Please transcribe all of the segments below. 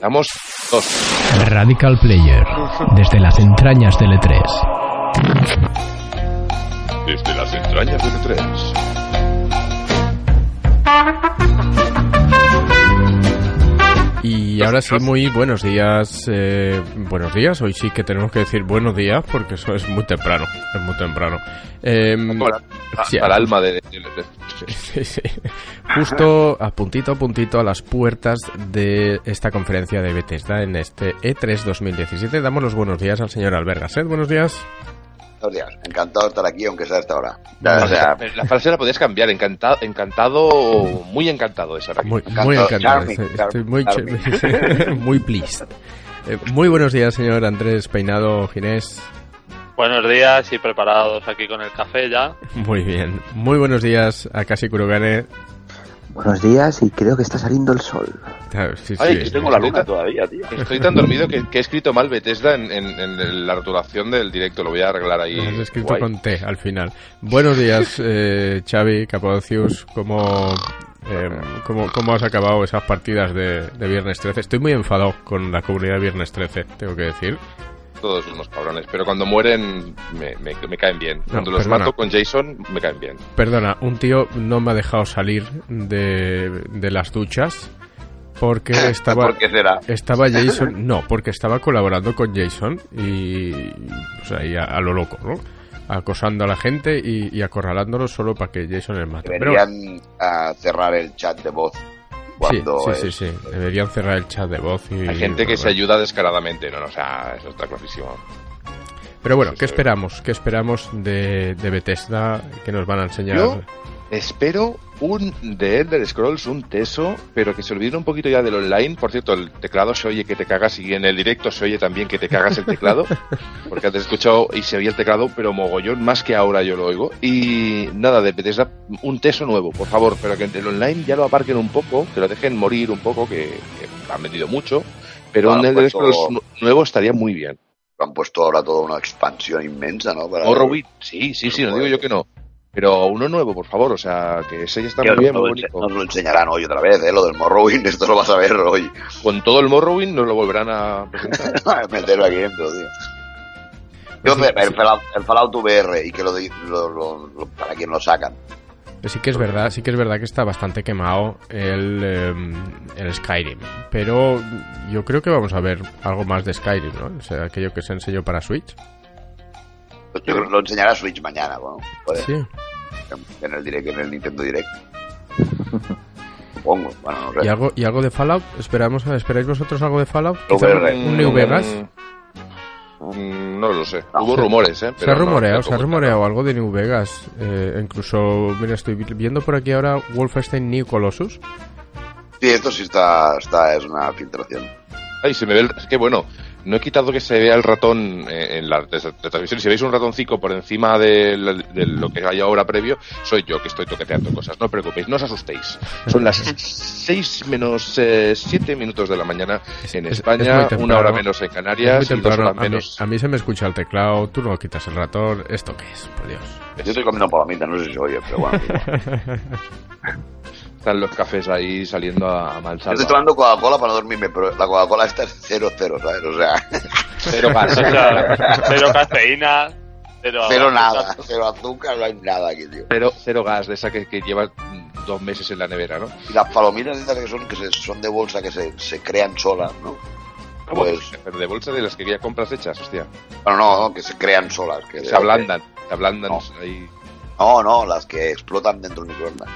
Damos dos. Radical Player, desde las entrañas del E3. Desde las entrañas del 3. Y ahora sí, muy buenos días. eh, buenos días. Hoy sí que tenemos que decir buenos días porque eso es muy temprano. Es muy temprano. Em, Para, sí, Ah, para alma de, de- de- sí, sí. Justo a puntito a puntito a las puertas de esta conferencia de Bethesda en este E3 2017. Damos los buenos días al señor Albert Gasset. Buenos días. Buenos días, encantado de estar aquí, aunque sea hasta ahora. Ah, O sea, La frase la podías cambiar. Encantado, encantado muy encantado de ser aquí. Muy, Encantado. muy encantado. Charming, Estoy- charming, estoy muy, charming. ch- muy pleased. Eh, muy buenos días, señor Andrés Peinado Ginés. Buenos días y preparados aquí con el café ya. Muy bien. Muy buenos días a Casi Kurogane. Buenos días y creo que está saliendo el sol. Ah, sí, Ay, sí. que tengo la luna todavía, tío. Estoy tan dormido que, que he escrito mal Bethesda en, en- en la rotulación del directo. Lo voy a arreglar ahí. Lo Has escrito Guay. con T al final. Buenos días, eh, Xavi, Capocius. ¿Cómo, eh, cómo, cómo has acabado esas partidas de, de Viernes 13? Estoy muy enfadado con la comunidad de Viernes 13, tengo que decir. Todos unos cabrones. Pero cuando mueren, me, me- me caen bien. Cuando los perdona. mato con Jason, me caen bien. Perdona, un tío no me ha dejado salir de, de las duchas porque estaba... ¿Por qué será? Estaba Jason, no, porque estaba colaborando con Jason y, o sea, y a, a lo loco, ¿no? Acosando a la gente y, y acorralándolo solo para que Jason les mate. Pero- Deberían ah, cerrar el chat de voz cuando sí, sí, es- sí, sí. Deberían cerrar el chat de voz y... Hay gente que se ayuda ayuda descaradamente, ¿no? O sea, eso está clarísimo. Pero bueno, ¿qué Sí, sí. esperamos? ¿Qué esperamos de, de Bethesda que nos van a enseñar? Yo- Espero un de Elder Scrolls, un teso, pero que se olvide un poquito ya del online. Por cierto, el teclado se oye que te cagas y en el directo se oye también que te cagas el teclado. Porque antes he escuchado y se oía el teclado, pero mogollón, más que ahora yo lo oigo. Y nada, de Bethesda, un teso nuevo, por favor, pero que el online ya lo aparquen un poco, que lo dejen morir un poco, que, que han vendido mucho. Pero Bueno, un Elder pues, Scrolls o- nu- nuevo estaría muy bien. han puesto ahora toda una expansión inmensa, ¿no? Para- Morrowind, sí, sí, sí, no digo yo que no. Pero uno nuevo, por favor, o sea, que ese ya está Que muy nos, bien, lo muy ense- bonito. nos lo enseñarán hoy otra vez, ¿eh? Lo del Morrowind, esto lo vas a ver hoy. con todo el Morrowind nos lo volverán a presentar. Meterlo aquí dentro, tío. Pues Yo, Sí, el, sí. Fallout, el Fallout VR y que lo, de- lo- lo- lo- para quien lo sacan. Eh, Sí que es verdad, sí que es verdad que está bastante quemado el, eh, el Skyrim. Pero yo creo que vamos a ver algo más de Skyrim, ¿no? O sea, aquello que se enseñó para Switch. Pues Yo creo que lo enseñará Switch mañana, bueno, puede Sí. en el direct, en el Nintendo Direct. Supongo, bueno, no sé. ¿Y algo, y algo de Fallout? ¿Esperamos, ¿Esperáis vosotros algo de Fallout? Quizá VR. ¿Un New Vegas? Mm, No lo sé. No. Hubo rumores, ¿eh? Se ha Pero no, rumoreado, se ha tampoco- rumoreado algo de New Vegas. Eh, incluso, mira, estoy vi- viendo por aquí ahora Wolfenstein New Colossus. Sí, esto sí está, está es una filtración. Ay, se me ve el... Es que bueno, no he quitado que se vea el ratón eh, en la de, de televisión. Si veis un ratoncico por encima del- de, lo que hay ahora previo, soy yo que estoy toqueteando cosas. No os preocupéis, no os asustéis. Son las 6 menos 7 minutos de la mañana en es- es muy España, temprano. una hora menos en Canarias Es muy y dos temprano. horas A mí, menos. a mí se me escucha el teclado, tú no quitas el ratón. ¿Esto qué es? Por Dios. Yo estoy comiendo palomita, no sé si se oye, pero bueno. igual. Están los cafés ahí saliendo a, a Yo estoy mansalva. tomando Coca-Cola para no dormirme, pero la Coca-Cola está es cero, cero, ¿sabes? O sea, Pero O pasa. sea, cero cafeína, cero, cero nada, cero azúcar, no hay nada aquí, tío. Cero, cero gas, de esa que, que lleva mm, dos meses en la nevera, ¿no? Y las palomitas estas que son, que se- son de bolsa, que se, se crean solas, ¿no? Pues, Pero de bolsa de las que ya compras hechas, hostia. bueno, no, no, que se crean solas. Que Se ablandan, se ablandan Eh, No. ahí. No, no, las que explotan dentro del microondas.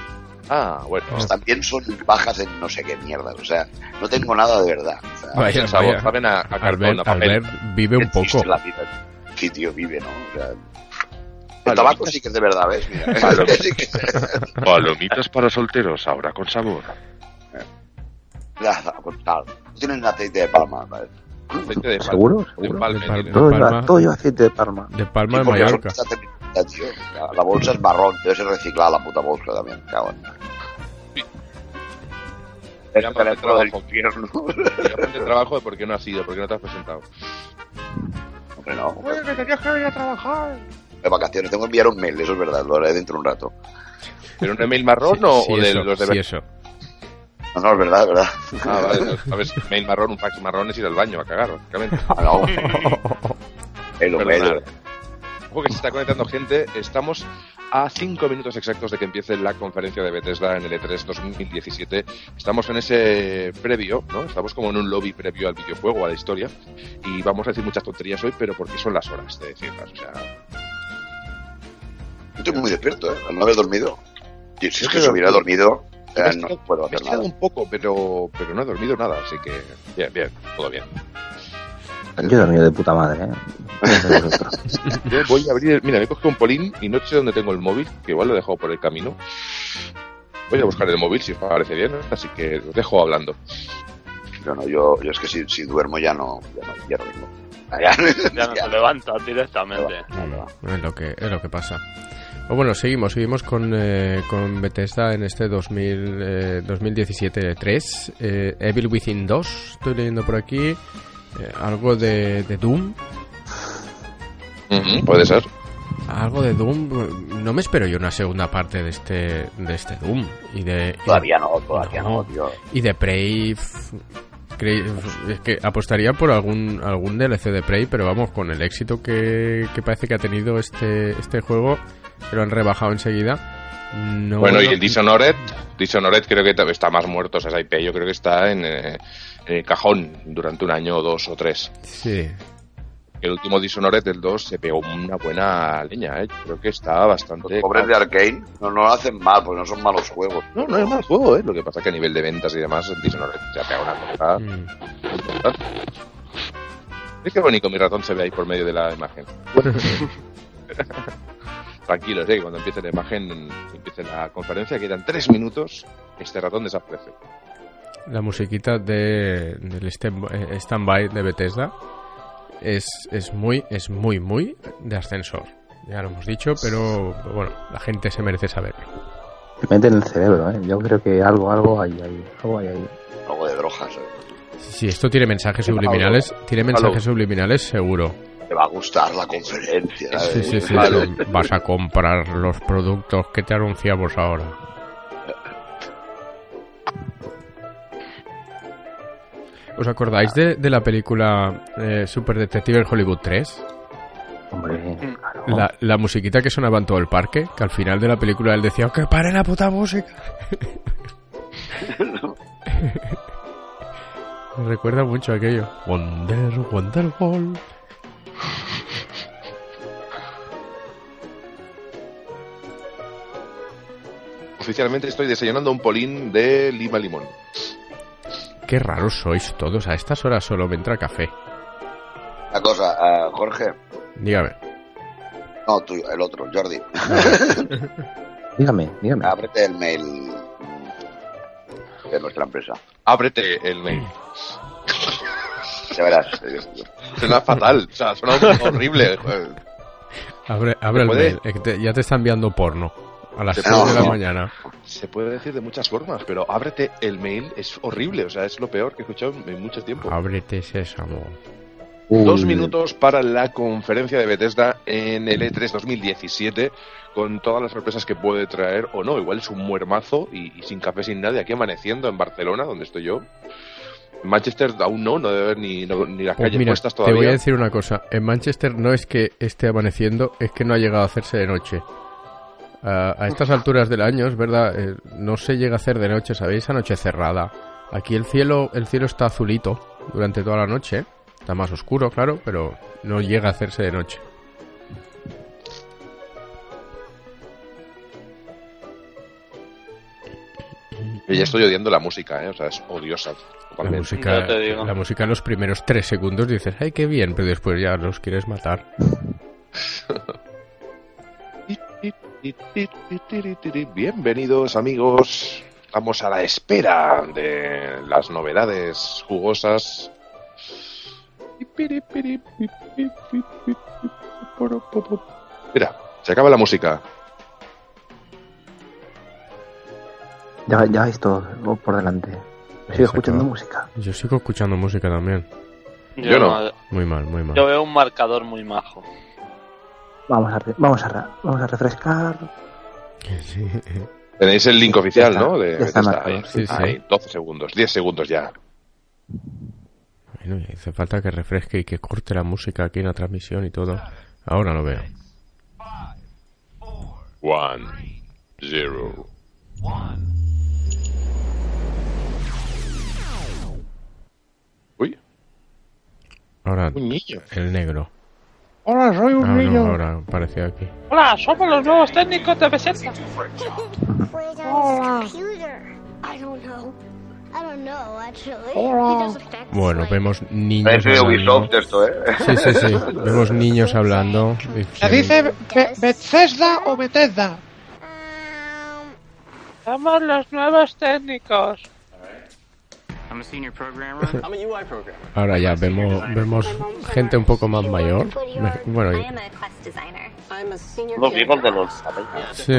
Ah, bueno. Pues también son bajas en no sé qué mierdas, o sea, no tengo nada de verdad. O sea, Vaya, el sabor, vaya. saben a, a cartón, Albert, a papel. Albert vive un qué triste poco. la vida. Sí, tío, vive, ¿no? O sea, el Palomitas. tabaco sí que es de verdad, ¿ves? Mira, sí que- Palomitas para solteros, ahora con sabor. la- con tal. Tienen aceite de palma, ¿vale? Aceite de palma. ¿Seguro? De ¿Seguro? De palma, palma. tiene. Todo, Palma. lleva- todo lleva aceite de palma. De Palma de Sí, porque son Mallorca. bolsas de mierda, tío. La, la bolsa es marrón, debe ser reciclada la puta bolsa también, cabrón. Era para el trabajo. infierno. Te llaman de trabajo de por qué no has ido, por qué no te has presentado. Hombre, no. Bueno, que tenías que venir a trabajar. De vacaciones, tengo que enviar un mail, eso es verdad, lo haré dentro de un rato. ¿Pero un email marrón o, Sí, o de eso, los de sí, eso. No, no, es verdad, es verdad. Ah, vale, a ver, mail marrón, un fax marrón es ir al baño a cagar, básicamente. Ah, no. El Perdonad. mail. Ojo que se está conectando gente, estamos a 5 minutos exactos de que empiece la conferencia de Bethesda en el E E3 2017. Estamos en ese previo, ¿no? Estamos como en un lobby previo al videojuego, a la historia, y vamos a decir muchas tonterías hoy, pero porque son las horas de decirlas, o sea... Yo Estoy muy despierto, ¿eh? Al no haber dormido. Tío, si es que Pero- si hubiera dormido, eh, Me he no estirado- puedo me he hacer estirado nada. un poco, pero, pero no he dormido nada, así que bien, bien, todo bien. Yo he dormido de puta madre, ¿eh? No sé vosotros. Yo voy a abrir, mira, me he cogido un polín y no sé dónde tengo el móvil, que igual lo he dejado por el camino. Voy a buscar el móvil si os parece bien, así que os dejo hablando. Yo, no, yo, yo es que si, si duermo ya no, ya no, ya no vengo. Ah, ya- Ya no ya. se levanta directamente. Es lo que, es lo que pasa. O bueno, seguimos, seguimos con, eh, con Bethesda en este 2000, eh, 2017 3. eh, Evil Within 2, estoy leyendo por aquí. eh, algo de, de Doom. Ujú, Puede ser. Algo de Doom. No me espero yo una segunda parte de este, de este Doom. Y de, Todavía no, todavía No. no, tío. Y de Prey. f- cre- f- Es que apostaría por algún, algún DLC de Prey, pero vamos, con el éxito que, que parece que ha tenido este, este juego, que lo han rebajado enseguida. No, bueno, y no- el Dishonored, Dishonored creo que ta- está más muerto, o sea, esa IP yo creo que está en, eh, en el cajón durante un año, dos o tres. Sí, El último Dishonored del 2 se pegó una buena leña, ¿eh? Yo creo que está bastante... Los pobres de Arkane no, no lo hacen mal, porque no son malos juegos. No, no es mal juego, ¿eh? Lo que pasa es que a nivel de ventas y demás, el Dishonored ya pega una cosa. Mm. Es que bonito mi ratón se ve ahí por medio de la imagen. Tranquilos, ¿eh? que Cuando empiece la imagen, empiece la conferencia, quedan tres minutos, este ratón desaparece. la musiquita de, del stem- eh, stand-by de Bethesda es, es muy, es muy, muy de ascensor. Ya lo hemos dicho, pero bueno, la gente se merece saberlo. Te meten en el cerebro, ¿eh? Yo creo que algo, algo hay ahí. Algo hay ahí. Algo de drogas, ¿eh? Si esto tiene mensajes subliminales, tiene mensajes subliminales seguro. te va a gustar la conferencia. Sí, ¿sabes? sí, sí, Vale. sí. Vas a comprar los productos que te anunciamos ahora. ¿Os acordáis de, de la película eh, Super Detective en Hollywood 3? Hombre, claro. La, la musiquita que sonaba en todo el parque, que al final de la película él decía ¡Que pare la puta música! Me recuerda mucho a aquello. Wonder, Wonderwall. Oficialmente estoy desayunando un polín de lima limón. Qué raros sois todos. A estas horas solo me entra café. Una cosa, ah, Jorge, Dígame. no, tú, el otro, Jordi, Dígame, dígame. ábrete el mail de nuestra empresa. Ábrete el mail. Ya verás. Suena fatal, o sea, suena un poco horrible. joder. Abre, abre el puede? mail. eh, que te- ya te está enviando porno. A las ¿Se 6 de la puede? mañana. Se puede decir de muchas formas, pero ábrete el mail es horrible, o sea, es lo peor que he escuchado en mucho tiempo. Ábrete, sésamo. Uy, Dos minutos para la conferencia de Bethesda en el E E3 2017, con todas las sorpresas que puede traer o no. Igual es un muermazo y, y sin café, sin nadie, aquí amaneciendo en Barcelona, donde estoy yo. En Manchester aún no, no debe haber ni, no- ni las Pues calles mira, puestas te voy a todavía. decir una cosa. En Manchester no es que esté amaneciendo, es que no ha llegado a hacerse de noche. Ah, a estas alturas del año, es verdad, eh, no se llega a hacer de noche, ¿sabéis? A noche cerrada. Aquí el cielo, el cielo está azulito durante toda la noche. Está más oscuro, claro, pero no llega a hacerse de noche. Y ya estoy odiando la música, ¿eh? o sea, es odiosa. La totalmente. música, Ya te digo. la música en los primeros tres segundos dices, ay, qué bien, pero después ya los quieres matar. Bienvenidos amigos Estamos a la espera de las novedades jugosas. Mira, se acaba la música. Ya, ya vais todos ¿no? por delante. Sigo Se escuchando acabó. música. Yo sigo escuchando música también. Yo no. Muy mal, muy mal. Yo veo un marcador muy majo. Vamos a, re- vamos a, re- vamos a refrescar. Sí. Tenéis el link oficial, ¿no? De, ya ya está está, marcado, ahí. sí, sí. Ahí, 12 segundos, 10 segundos ya. Bueno, y hace falta que refresque y que corte la música aquí en la transmisión y todo. Ahora lo veo. One, zero. Uy, Ahora un niño. el negro. Hola, soy Ah, no, ahora apareció aquí. Hola, somos los nuevos técnicos de Beseta. played on his computer. I don't know. I don't know, actually. He does effects Bueno, like- vemos niños Es de hablando. Ubisoft esto, ¿eh? Sí, sí, sí. Vemos niños hablando. ¿Se dice Be- Bethesda o Bethesda? Um, Somos los nuevos técnicos. Ahora ya vemos, vemos gente un poco más mayor. Me- Bueno, y- Los viejos de los. sí.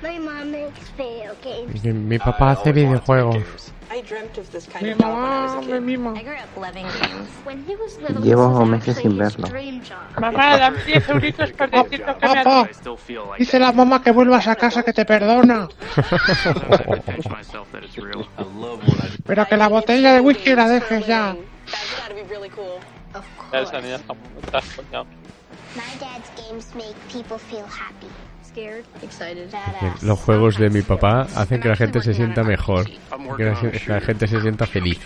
my mom makes video games. Mi- Mi papá hace videojuegos. Mi mamá me mima. Mm. When he was little, Llevo this was meses sin actually his verlo. dream job. Mamá, dame 10 euritos por decirte que me han- Papá, dice la mamá que vuelvas a casa que te perdona. Pero que la botella de whisky la dejes ya. Of course. Esa niña está muy- está coñado. My dad's games make people feel happy. Scared, excited, Que badass. Los juegos de mi papá hacen que la gente se sienta mejor. Que la, que la gente se sienta feliz.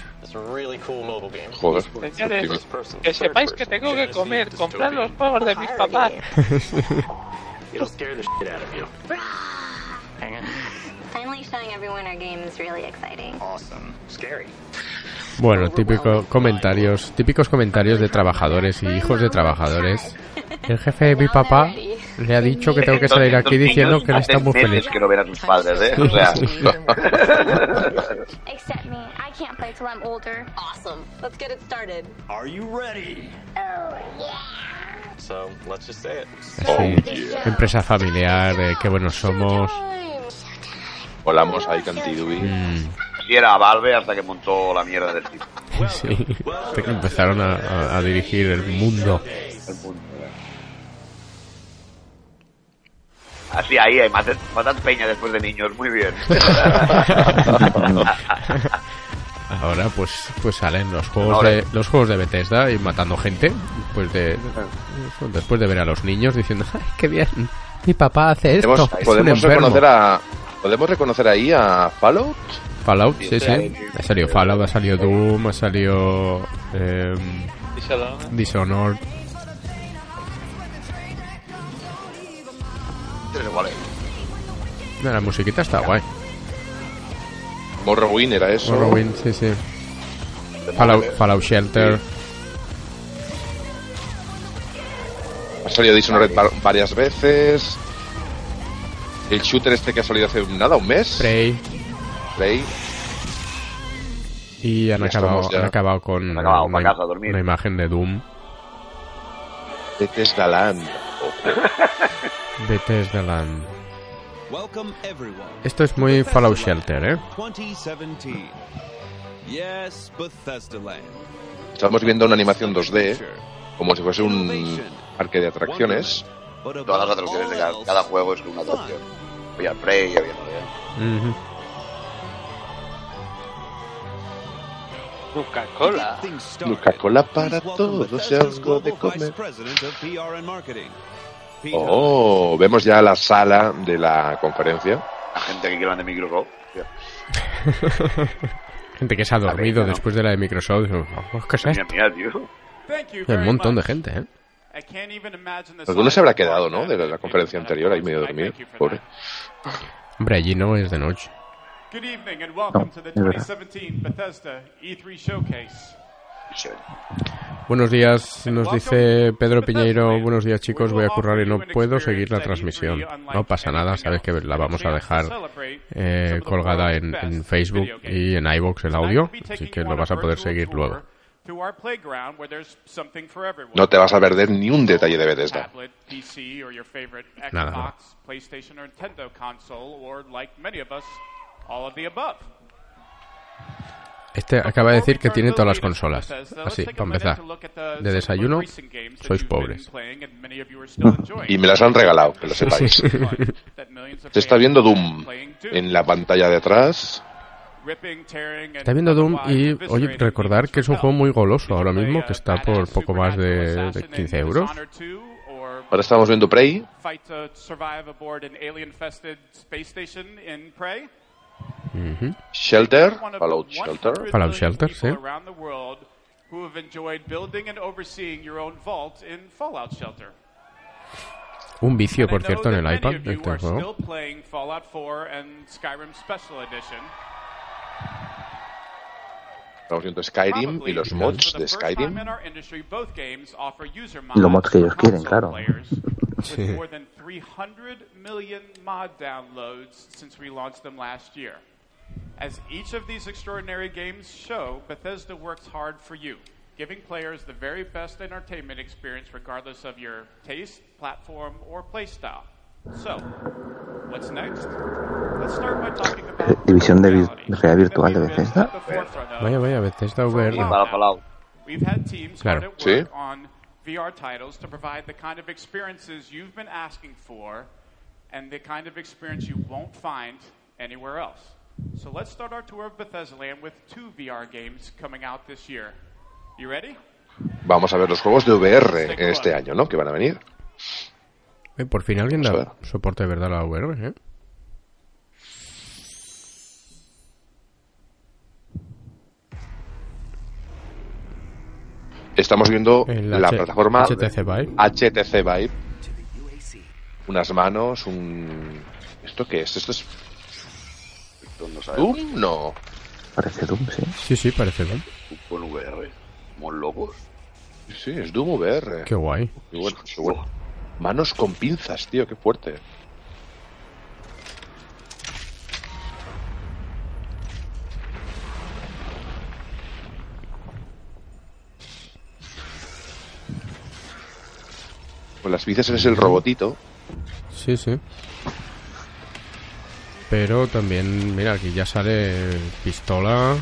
Joder. Señores, que sepáis que tengo que comer, comprar los juegos de mis papás. Finally showing everyone our game is really exciting. Bueno, típico comentarios, típicos comentarios de trabajadores y hijos de trabajadores. El jefe de mi papá le ha dicho que tengo que salir aquí diciendo que él está muy feliz. Es que no ven a tus padres, ¿eh? O sea, Except me, I can't play till I'm older. Awesome. Let's get it started. Oh, Empresa familiar, eh, qué buenos somos. Volamos ahí, Cantidubi. Mm, si era Valve hasta que montó la mierda del tipo. Sí, hasta que empezaron a, a- a dirigir el mundo. Así, ahí, hay matan, matan peña después de niños, muy bien. Ahora pues pues salen los juegos Ahora. de los juegos de Bethesda y matando gente, pues de después de ver a los niños diciendo, "Ay, qué bien. Mi papá hace esto." Podemos, es un podemos enfermo". reconocer a, ¿Podemos reconocer ahí a Fallout? Fallout, sí, sí. Ha salido Fallout, ha salido Doom, ha salido eh, Dishonored. Entonces, igual, eh, No, La musiquita está guay. Morrowind era eso. Morrowind, sí, sí. Fallout, eh. Fallout Shelter. Ha salido Dishonored va- varias veces. El shooter este que ha salido hace nada, un mes. Prey. Play. Y han Ya acabado, estamos ya. han acabado con Han acabado, una, pa' casa a dormir. una imagen de Doom. Bethesda Land. Bethesda Land. Esto es muy Fallout Shelter, ¿eh? Estamos viendo una animación 2D, como si fuese un parque de atracciones. Todas las atracciones de cada, cada juego es una atracción. Había Prey, había... había- Coca-Cola. Coca-Cola para todos y algo de comer. Oh, vemos ya la sala de la conferencia. La gente que quiere de Microsoft. Gente que se ha dormido Arriba, ¿no? después de la de Microsoft. Oh, ¿Qué es Mira, esto? mira, tío. Hay un montón de gente, ¿eh? Alguno se habrá quedado, ¿no? De la conferencia anterior, ahí medio dormido. Pobre. Hombre, allí no es de noche. Good evening and welcome to the E es verdad. 2017 Bethesda E3 Showcase. Sí. Buenos días, nos dice Pedro Piñeiro. Buenos días, chicos. Voy a currar y no puedo seguir la transmisión. No pasa nada, sabes que la vamos a dejar eh, colgada en, en Facebook y en iBox el audio, así que lo vas a poder seguir luego. No te vas a perder ni un detalle de Bethesda. Nada, nada. Este acaba de decir que tiene todas las consolas. Así, para empezar. De desayuno, sois pobres. Y me las han regalado, que lo sepáis. Se está viendo Doom en la pantalla de atrás. Está viendo Doom y, oye, recordar que es un juego muy goloso ahora mismo, que está por poco más de, de 15 euros. Ahora estamos viendo Prey. Ujú. Shelter, Fallout Shelter. Fallout Shelter, sí. Un vicio, por cierto, en el iPad de este juego. Estamos viendo Skyrim y los mods de Skyrim. Los mods que ellos quieren, claro. Sí. As each of these extraordinary games show, Bethesda works hard for you, giving players the very best entertainment experience regardless of your taste, platform, or playstyle. So, what's next? Let's start by talking about División de vi- reality. realidad virtual de Bethesda. Vaya, vaya, Bethesda VR. Y para Fallout. We've had teams Claro. hard at Sí. work on VR titles to provide the kind of experiences you've been asking for and the kind of experience you won't find anywhere else. So let's start our tour of Bethesda Land with two VR games coming out this year. You ready? Vamos a ver los juegos de VR en este año, ¿no? Que van a venir. Eh, por fin alguien Vamos a da soporte de verdad a la VR, ¿eh? Estamos viendo El la H- plataforma HTC Vive. HTC Vive. Unas manos, un... ¿Esto qué es? ¿Esto es Esto no sabes, Doom? No. Parece Doom, sí. Sí, sí, parece bien. con VR. Muy locos. Sí, es Doom VR. Qué guay. Qué bueno, qué bueno. Manos con pinzas, tío, qué fuerte. Con las pinzas es el robotito. Sí, sí. Pero también, mira, aquí ya sale pistola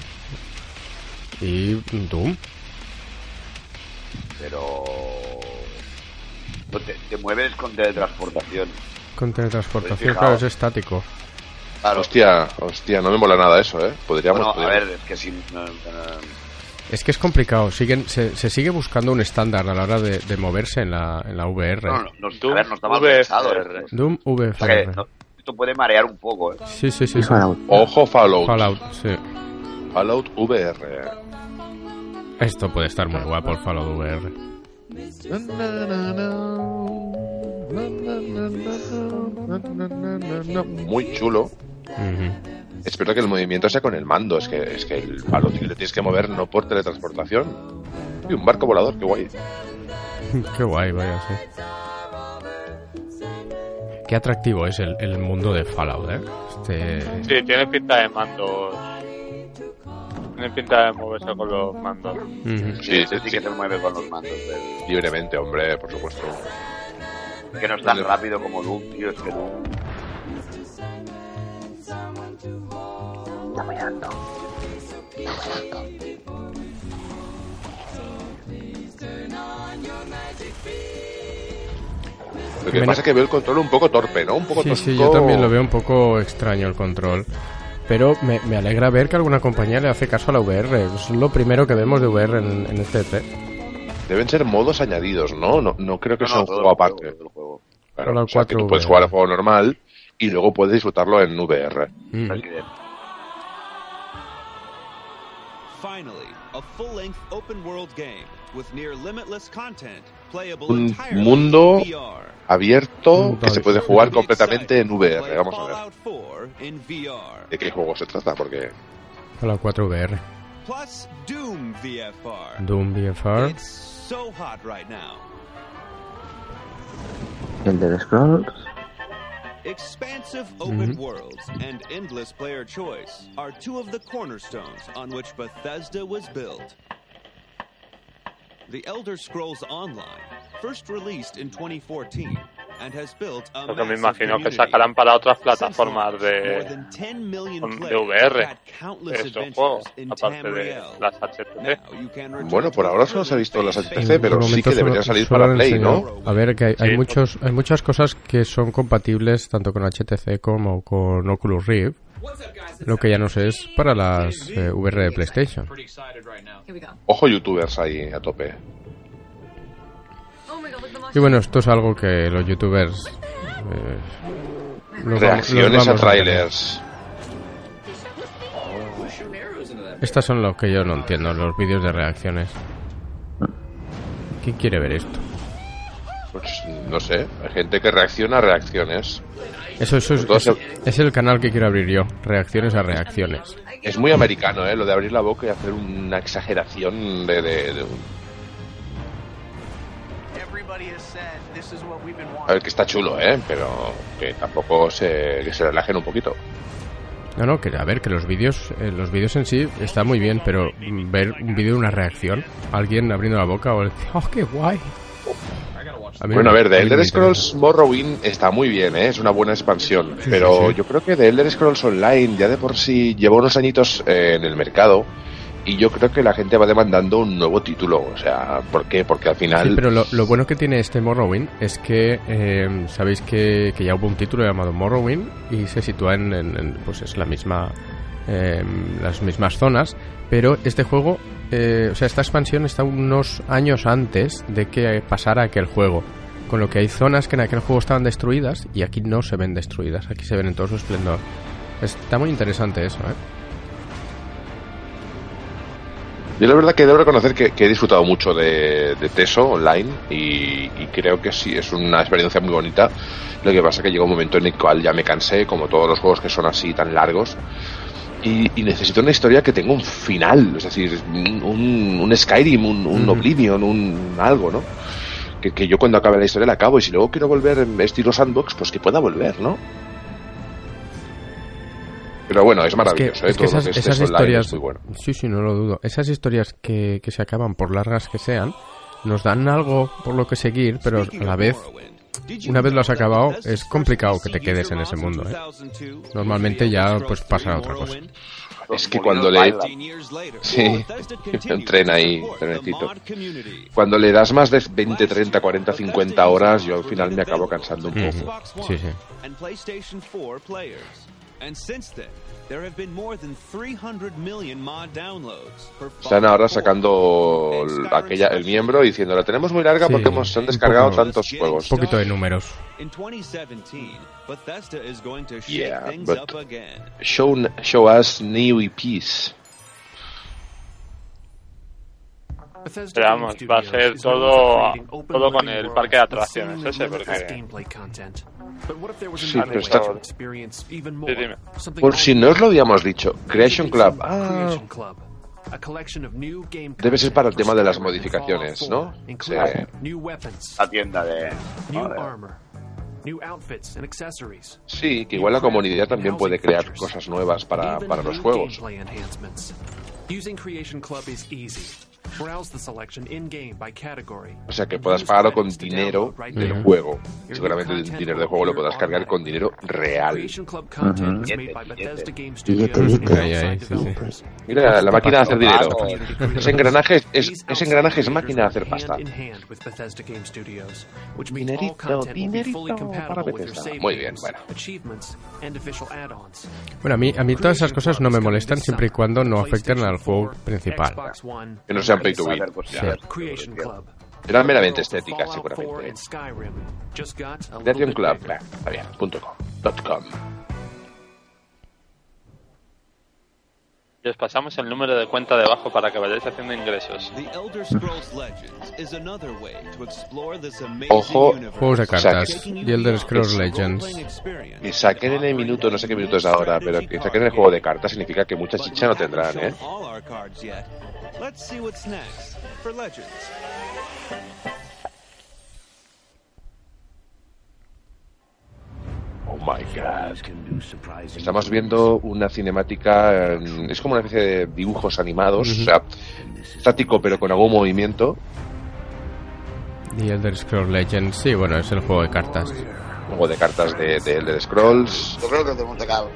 y Doom. Pero. no, Te, te mueves con teletransportación. Con teletransportación, Fijaos. claro, es estático. Claro. Hostia, hostia, no me mola nada eso, ¿eh? Podríamos... Bueno, a podríamos- ver, es que si. eh, no, no, no, Es que es complicado. Siguen, se, se sigue buscando un estándar a la hora de, de moverse en la, en la VR. no, no, no, Tú, a ver, no está mal VR. pensado. eh. Doom O sea que, VR. no, esto puede marear un poco, ¿eh? Sí, sí, sí. Y sí. Fallout. Ojo Fallout. Fallout. Fallout, sí. VR. Esto puede estar muy guapo, el Fallout VR. Muy chulo. Ujú. Espero que el movimiento sea con el mando. Es que, es que el palo tío, le tienes que mover no por teletransportación. Y un barco volador, qué guay. Qué guay, vaya, sí. Qué atractivo es el, el mundo de Fallout, ¿eh? Este, Sí, tiene pinta de mandos. Tiene pinta de moverse con los mandos. Ujú. Sí, Ese sí que se mueve con los mandos. eh. Libremente, hombre, por supuesto. Que no es tan rápido como Doom, tío. Es que Doom. Lo que pasa es que veo el control un poco torpe, ¿no? Un poco Sí, sí, tosco. yo también lo veo un poco extraño el control. Pero me, me alegra ver que alguna compañía le hace caso a la VR. Es lo primero que vemos de VR en, en este E3. Deben ser modos añadidos, ¿no? No, no creo que No, sea no, un todo juego el juego, aparte. todo el juego. Claro, Fallout o sea, que 4 tú puedes VR. jugar al juego normal y luego puedes disfrutarlo en VR. Mm. Resident. Finally, a full-length open-world game with near limitless content playable Un entirely Mm, mundo in VR. Abierto que se puede jugar Be completamente en excited to VR. play Vamos a ver Fallout 4 in VR. de qué juego se trata, porque Fallout 4 VR. Plus, Doom VFR. Doom VFR. It's so hot right now. El del Scrolls. Expansive open Mhm. worlds and endless player choice are two of the cornerstones on which Bethesda was built. The Elder Scrolls Online, first released in 2014, and has built a Lo que me massive imagino que community. sacarán para otras plataformas More de, um, than 10 million de players VR had countless estos adventures juegos, in aparte de Tamriel. las HTC. Bueno, por ahora solo se ha visto las HTC, En Este, pero algún sí que momento debería solo- salir solo para han Play, enseñado- ¿no? A ver, que hay, hay Sí. muchos, hay muchas cosas que son compatibles tanto con HTC como con Oculus Rift. Lo que ya no sé es para las eh, VR de PlayStation. Ojo youtubers ahí a tope. Y bueno, esto es algo que los youtubers... eh, los vamos- los Reacciones vamos a ver. trailers. Estas son los que yo no entiendo, los vídeos de reacciones. ¿Quién quiere ver esto? Pues no sé, hay gente que reacciona a reacciones. Eso, eso es, Entonces- eso- es el canal que quiero abrir yo, reacciones a reacciones. Es muy americano, ¿eh? Lo de abrir la boca y hacer una exageración de... de- de un- A ver, que está chulo, ¿eh? Pero que tampoco se, que se relajen un poquito. No, no, que a ver, que los vídeos, eh, los vídeos en sí están muy bien, pero mm, ver un vídeo de una reacción, alguien abriendo la boca o el, oh, qué guay. A mí bueno, a me- ver, mí The me Elder interesa. Scrolls Morrowind está muy bien, ¿eh? es una buena expansión, Sí, pero sí, sí. yo creo que The Elder Scrolls Online ya de por sí lleva unos añitos eh, en el mercado y yo creo que la gente va demandando un nuevo título, o sea, ¿por qué? Porque al final... Sí, pero lo, lo bueno que tiene este Morrowind es que eh, sabéis que, que ya hubo un título llamado Morrowind y se sitúa en, en- en, pues es la misma eh, las mismas zonas, pero este juego, eh, o sea, esta expansión está unos años antes de que pasara aquel juego, con lo que hay zonas que en aquel juego estaban destruidas y aquí no se ven destruidas, aquí se ven en todo su esplendor. Está muy interesante eso, ¿eh? Yo la verdad que debo reconocer que, que he disfrutado mucho de, de Teso online y, y creo que sí, es una experiencia muy bonita. Lo que pasa que llegó un momento en el cual ya me cansé, como todos los juegos que son así tan largos, y, y necesito una historia que tenga un final, es decir, un, un- un Skyrim, un, un Ujú. Oblivion, un algo, ¿no? Que, que yo cuando acabe la historia la acabo y si luego quiero volver en estilo sandbox, pues que pueda volver, ¿no? Pero bueno, es maravilloso, ¿eh? es que, es que Todo lo esas, que es esas Teso online historias, es muy bueno. sí, sí, no lo dudo. Esas historias que, que se acaban por largas que sean, nos dan algo por lo que seguir, pero a la vez, una vez lo has acabado, es complicado que te quedes en ese mundo. ¿eh? Normalmente ya pues pasa otra cosa. Es que cuando le... Sí, un tren ahí, un trenecito. Cuando le das más de 20, 30, 40, 50 horas, yo al final me acabo cansando un poco. Ujú, Sí, sí. and PlayStation 4 players. And since then, there have been more than 300 million mod downloads. for Están Fallout 4. ahora sacando l- aquella, el miembro y diciendo, la tenemos muy larga Sí, porque hemos, se han un descargado poco- tantos Un juegos. poquito de números. In 2017, Bethesda is going to shake Yeah, things but- up again. Show, show us new E EPs. eh, Pero vamos, va a ser todo, todo con el parque de atracciones ese, eh, porque... Sí, pero está... Sí, dime. Ah, Por si no os lo habíamos dicho, Creation Club. Ah, debe ser para el tema de las modificaciones, ¿no? Sí. La tienda de... Sí, que igual la comunidad también puede crear cosas nuevas para, para los juegos. O sea, que puedas pagarlo con dinero del Ujú. juego. Seguramente el dinero del juego lo podrás cargar con dinero real. Billete, billete. Ahí, ahí, sí, sí. Mira, la máquina de hacer dinero. Ese engranaje es, es- ese engranaje es máquina de hacer pasta. Dinerito, dinerito para Bethesda. Muy bien, bueno. Bueno, a mí, a mí todas esas cosas no me molestan siempre y cuando no afecten al juego principal. Que no sean pay to win. Serán meramente estéticas, seguramente. Creation Club, bah, está bien, punto com, dot com. Y os pasamos el número de cuenta debajo para que vayáis haciendo ingresos. The Elder Scrolls Legends is another way to explore this amazing Ojo, universe. Juegos de cartas. Saque. Y Elder Scrolls Eso. Legends. Que saquen en el minuto, no sé qué minuto es ahora, pero que saquen el juego de cartas significa que mucha chicha no tendrán, ¿eh? all our cards yet. Let's see what's next for Legends. Oh my god. Estamos viendo una cinemática, eh, es como una especie de dibujos animados, o sea, estático pero con algún movimiento, The Elder Scrolls Legends. Sí, bueno, es el juego de cartas. juego de cartas de, de Elder Scrolls, Yo creo que tenemos que sacar un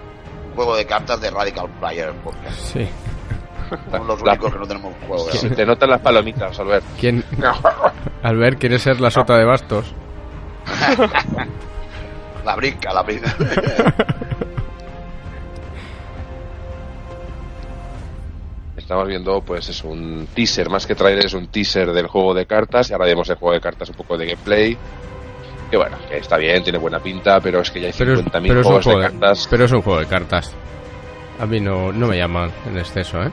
juego de cartas de Radical Player Podcast. Sí. Somos los únicos que no tenemos un juego. Se te notan las palomitas, Albert. ¿Quién? Albert, ¿quiere ser la sota de bastos? La brinca, la brinca. Estamos viendo, pues es un teaser, más que trailer, es un teaser del juego de cartas. Y ahora vemos el juego de cartas un poco de gameplay. Que bueno, que está bien, tiene buena pinta, pero es que ya hay Pero es, 50.000 pero es un juegos de juego de, cartas. pero es un juego de cartas. A mí no, no me llaman en exceso, ¿eh?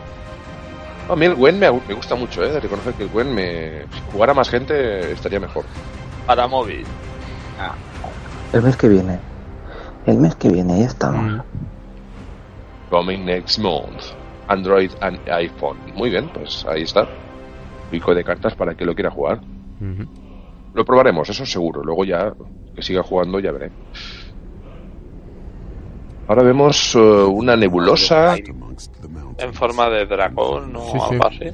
No, a mí el Gwen me, me gusta mucho, ¿eh? De reconocer que el Gwen me. Si jugara más gente, estaría mejor. Para móvil. El mes que viene. El mes que viene, ya estamos. Coming next month. Android and iPhone. Muy bien, pues ahí está. Pico de cartas para el que lo quiera jugar. Lo probaremos, eso seguro. Luego ya que siga jugando ya veré. Ahora vemos eh, una nebulosa. En forma de dragón o Sí, sí. algo así.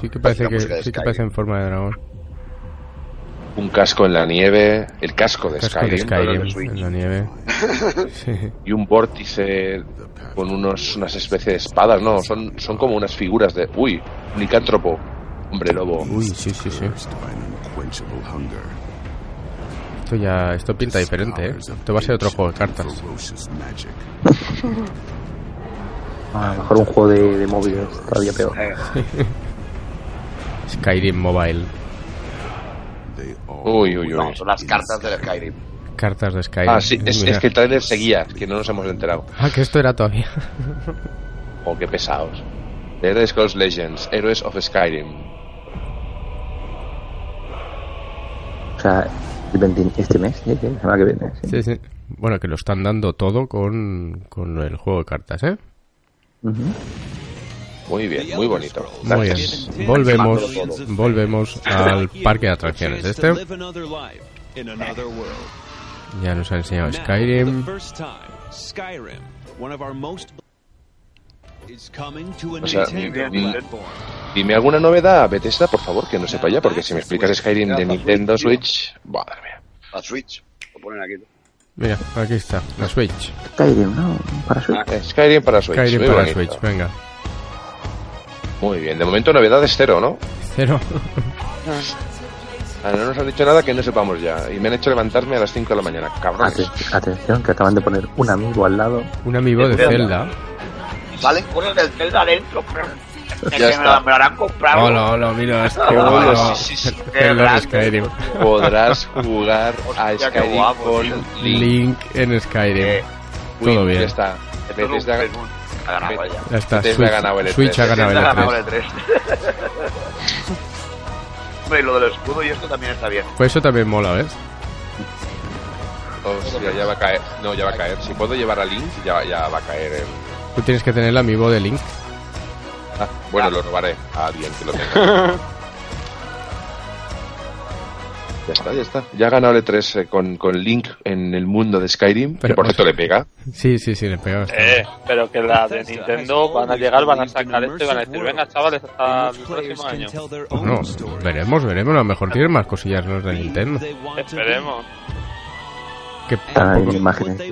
Sí que parece La que, música de sí que Skyrim. parece en forma de dragón. Un casco en la nieve, el casco de Casco de Skyrim, pero Skyrim de Switch, en la nieve. Sí. y un vórtice con unos, unas especies de espadas, no, son, son como unas figuras de... Uy, un licántropo, hombre lobo. Uy, sí, sí, sí. Esto ya, esto pinta diferente, ¿eh? Esto va a ser otro juego de cartas. A lo mejor un juego de, de móviles, todavía peor. Skyrim Mobile. Uy, uy, uy. No, son las cartas del Skyrim. Cartas de Skyrim. Ah, sí, es, Mira. es que el trailer seguía, que no nos hemos enterado. Ah, que esto era todavía. Oh, qué pesados. The Elder Scrolls Legends, Héroes of Skyrim. O sea, el 20 este mes, ya, ya, la semana que viene. sí. Sí, sí. Bueno, que lo están dando todo con, con el juego de cartas, ¿eh? Ujú. Muy bien, muy bonito. Muy bien. Gracias. Volvemos, volvemos al parque de atracciones. Este ya nos ha enseñado Skyrim. O sea, mm, dime alguna novedad, Bethesda, por favor, que no sepa ya, porque si me explicas Skyrim de Nintendo Switch... Madre mía. La Switch. Lo ponen aquí. Mira, aquí está, la Switch. Skyrim, ¿no? Para Switch. Eh, Skyrim para Switch. Skyrim muy para bonito. Switch, venga. Muy bien, de momento novedades cero, ¿no? Cero. Ah, No nos han dicho nada que no sepamos ya. Y me han hecho levantarme a las 5 de la mañana. Ah, Cabrones. Aten- atención, que acaban de poner un amigo al lado. Un amigo de Zelda. Salen cosas del Zelda adentro, pero. que me Ya la- está. me la habrán comprado. Hola, hola, mira. este- Qué bueno, hola. sí, sí, sí, qué Zelda de grande. Skyrim. Podrás jugar a Hostia, qué Skyrim guapo, con Link. Link en Eh, Skyrim. Uy, Todo bien. Ya está. Bethesda, Facebook Ha ganado ella. Ya está, Bethesda ha ganado el E Switch, E3. Switch ha ganado el E Zelda ha ganado E3. el 3. Hombre, y lo del escudo y esto también está bien. Pues eso también mola, ¿ves? Hostia, ya va a caer. No, ya va a caer. Si puedo llevar a Link, ya, ya va a caer. el- Tú tienes que tener el amigo de Link. Ah, bueno, lo robaré a alguien que lo tenga. Ya está, ya está. Ya ha ganado el E3 eh, con, con Link en el mundo de Skyrim. que Pero- por cierto le pega. Sí, sí, sí, le pegabas. Eh, pero que la de Nintendo van a llegar, van a sacar esto y van a decir, venga chavales, hasta el próximo año. No, veremos, veremos. A lo mejor tienen más cosillas los de Nintendo. Esperemos. Que Están ahí tampoco- imágenes.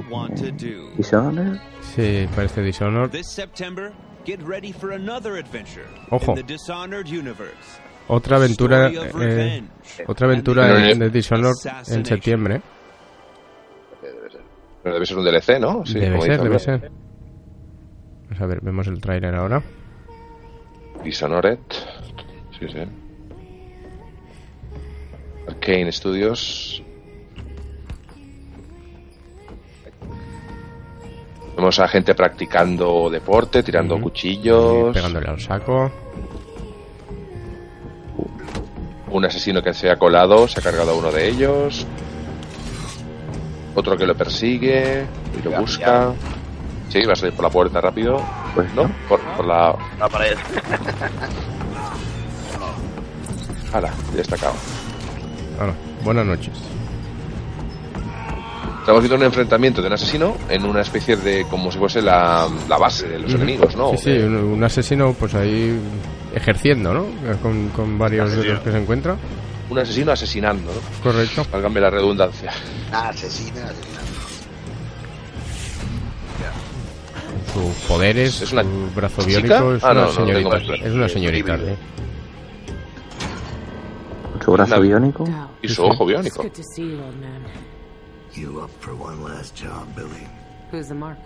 ¿Y son? eh? Sí, parece Dishonored. This September, get ready for another adventure Ojo. in the Dishonored universe. Otra aventura, Story of eh, revenge. otra aventura Pero en de, el- de Dishonored en septiembre. Pero debe ser un DLC, ¿no? debe como ser, dice, debe ¿no? ser. Vamos a ver, vemos el tráiler ahora. Dishonored. Sí, sí. Arcane Studios. Vemos a gente practicando deporte, tirando cuchillos. Pegándole al saco. Un asesino que se ha colado, se ha cargado a uno de ellos. Otro que lo persigue y lo busca. Sí, va a salir por la puerta rápido. Pues no, por, por la. La pared. Ala, ya está acabado. Hola, buenas noches. Estamos viendo un enfrentamiento de un asesino en una especie de. como si fuese la, la base de los Ujú. enemigos, ¿no? Sí, sí, un, un asesino pues ahí ejerciendo, ¿no? Con, con varios de los que se encuentra. Un asesino asesinando, ¿no? Correcto. Válgame la redundancia. Asesina, asesina. Sus poderes, ¿Es una su brazo chica? biónico, es Ah, una no, no, tengo señorita. más claro. es una señorita. ¿eh? sí. Su brazo Una- biónico. Y su ojo biónico. It's good to see you, old man. You up for one last job, Billy? Who's the mark?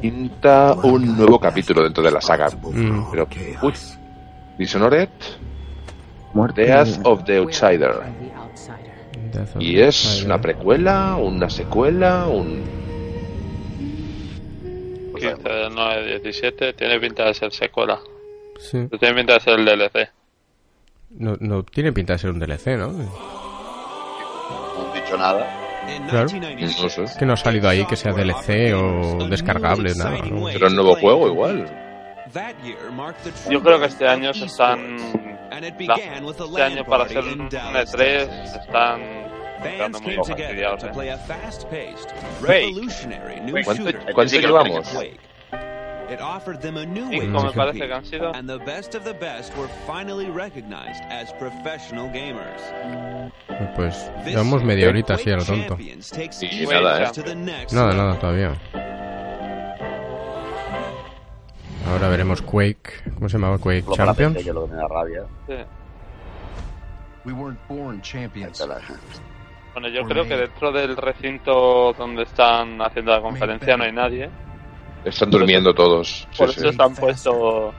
Pinta un nuevo capítulo dentro de la saga. Mm. Pero. Uy. Dishonored. Death of the Outsider. Y es una precuela, una secuela, un. 15 del 9, 17. Tiene pinta de ser secuela. Sí. Tiene pinta de ser el DLC. No, no tiene pinta de ser un DLC, ¿no? No han dicho nada. Claro. Que no ha salido ahí que sea DLC o descargable, nada. ¿no? Pero un nuevo juego igual. Yo creo que este año se están. la- este año para hacer un E3 se están. Fans quedando muy came together fastidiados, to ¿eh? play a fast-paced, Wake. revolutionary new Wake. shooter. ¿Cuánto- cuánto llevamos? Wake. It Ah, offered them a new way Cinco, to me parece que compete, han sido. and the best of the best were finally recognized as professional gamers. Pues llevamos media horita así a lo tonto. Champions takes Y each nada, match ¿eh? to the next Nada, nada, todavía. Ahora veremos Quake. ¿Cómo se llamaba Quake Solo para Champions? PC, que lo que me da rabia. We weren't born champions. Bueno, yo creo que dentro del recinto donde están haciendo la conferencia no hay nadie. Están durmiendo todos. Sí, Por sí. eso se han puesto.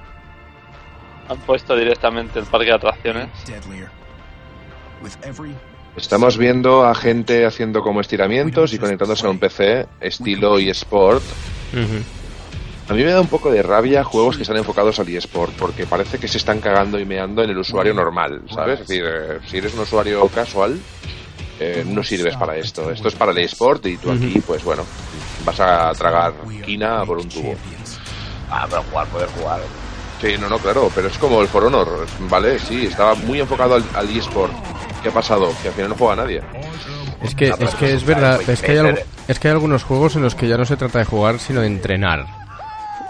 Han puesto directamente el parque de atracciones. Deadlier. With every Estamos viendo a gente haciendo como estiramientos y conectándose a un PC estilo eSport. A mí me da un poco de rabia juegos que están enfocados al eSport, porque parece que se están cagando y meando en el usuario normal, ¿sabes? Es decir, eh, si eres un usuario casual, eh, no sirves para esto. Esto es para el eSport y tú aquí, pues bueno, vas a tragar quina por un tubo. Ah, pero jugar, poder jugar. Sí, no, no, claro, pero es como el For Honor, ¿vale? Sí, estaba muy enfocado al, al eSport. ¿Qué ha pasado? Que al final no juega nadie. Es que, es que es verdad, es que, hay algo- es que hay algunos juegos en los que ya no se trata de jugar, sino de entrenar.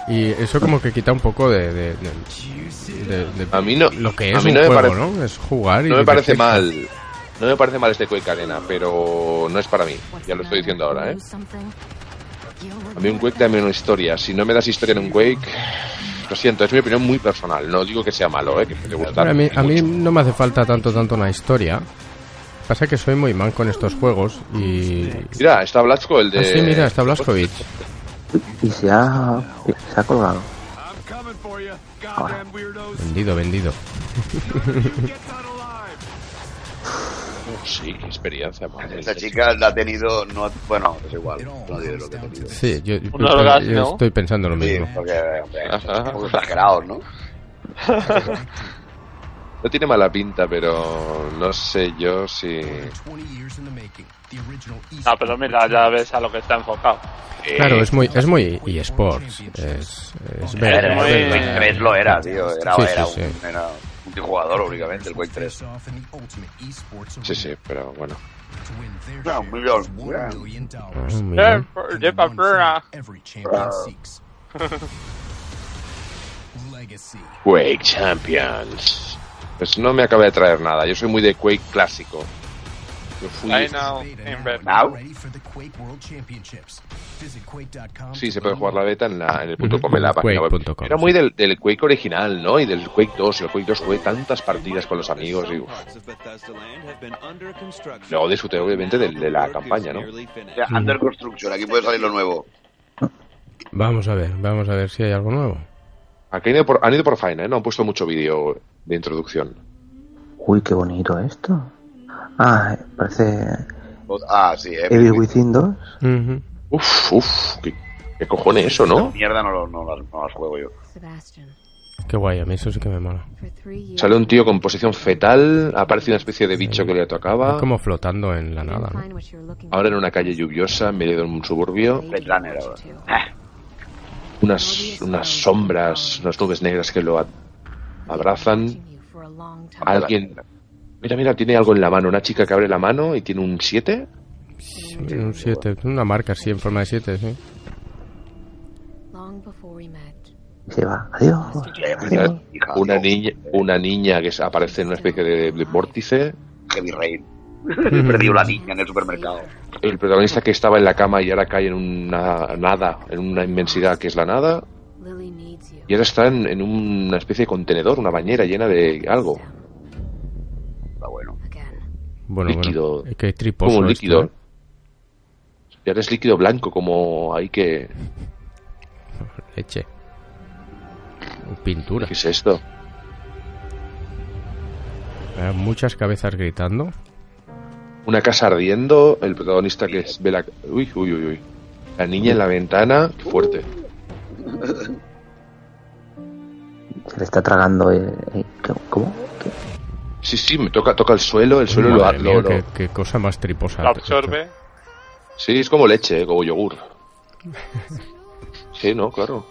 Y eso como que quita un poco de... de- de- de- de A mí no, lo que a es mí un no me juego, parece- ¿no? Es jugar y... No me parece divertirse. mal. No me parece mal este Quake Arena, pero no es para mí. Ya lo estoy diciendo ahora, ¿eh? A mí un Quake dame una historia. Si no me das historia en un Quake, lo siento, es mi opinión muy personal. No digo que sea malo, ¿eh? Que me gusta. Hombre, a, mí, a mí no me hace falta tanto, tanto una historia. Pasa que soy muy man con estos juegos y... Mira, está Blasco, el de. Ah, sí, mira, está Blaskovic. Y se ha, se ha colgado. Ahora, Vendido, vendido. Oh, Sí, qué experiencia, madre. Esta chica la ha tenido. No, bueno, es igual. No diré lo que ha tenido. Sí, yo, yo- Un orgasmo. yo estoy pensando lo Sí, mismo. porque. hombre, un poco exagerados, ¿no? No tiene mala pinta, pero no sé yo si. Ah, pero mira, ya ves a lo que está enfocado. Claro, es muy, es muy eSports. Es, es ver- Era es ver- el Quake 3 lo era, tío. Era, Sí, era, sí, sí. un, era multijugador únicamente el Quake 3. Sí, sí, pero bueno. No, un millón. un Eh, Yeah, millón. for- de papura. Quake Champions. Pues no me acaba de traer nada. Yo soy muy de Quake clásico. Yo fui. I know, Inver. ready for the Quake World Championships. Visit quake.com. Sí, se puede jugar la beta en, la, en el punto com de la Ujú, página web. quake.com. Era muy del, del Quake original, ¿no? Y del Quake 2. Y el Quake 2 jugué tantas partidas con los amigos. Y, uf, parts of Bethesda Land have been under construction. luego disfruté, obviamente, del- de, la campaña, ¿no? Ya, Under Construction, aquí puede salir lo nuevo. Vamos a ver, vamos a ver si hay algo nuevo. Aquí han ido por, han ido por faena, ¿eh? No han puesto mucho vídeo de introducción. Uy, qué bonito esto. Ah, parece Ah, sí, eh. Evil Within 2. Uf, uf, qué, ¿Qué cojones eso, no? Mierda no, lo- no, las, no las juego yo. Qué guay, a mí eso sí que me mola. Sale un tío con posición fetal, aparece una especie de bicho que le atacaba. Como flotando en la nada. ¿no? Ahora en una calle lluviosa, en medio de un suburbio. Unas, unas sombras, unas nubes negras que lo a- abrazan. Alguien. Mira, mira, tiene algo en la mano. Una chica que abre la mano y tiene un 7. Sí, Un 7, una marca así en forma de 7, sí. Se va. Adiós. Adiós. Ah, Una niña, una niña que se- aparece en una especie de, de vórtice. Heavy Rain. Perdió la niña en el supermercado. El protagonista que estaba en la cama y ahora cae en una nada, en una inmensidad que es la nada. Y ahora está en, en una especie de contenedor, una bañera llena de algo. Está bueno. Bueno, líquido. bueno. eh, Qué triposo. Como un esto, líquido. ¿eh? Y ahora es líquido blanco, como ahí que. Leche. Pintura. ¿Qué es esto? Eh, Muchas cabezas gritando. Una casa ardiendo, el protagonista que es, ve la. Uy, uy, uy, uy. La niña en la ventana, qué fuerte. Se le está tragando. eh, eh, ¿Cómo? ¿Qué? Sí, sí, me toca, toca el suelo, el suelo lo, Madre lo- mía, lo- Qué, qué cosa más triposa. Lo absorbe. Sí, es como leche, ¿eh? como yogur. Sí, no, claro.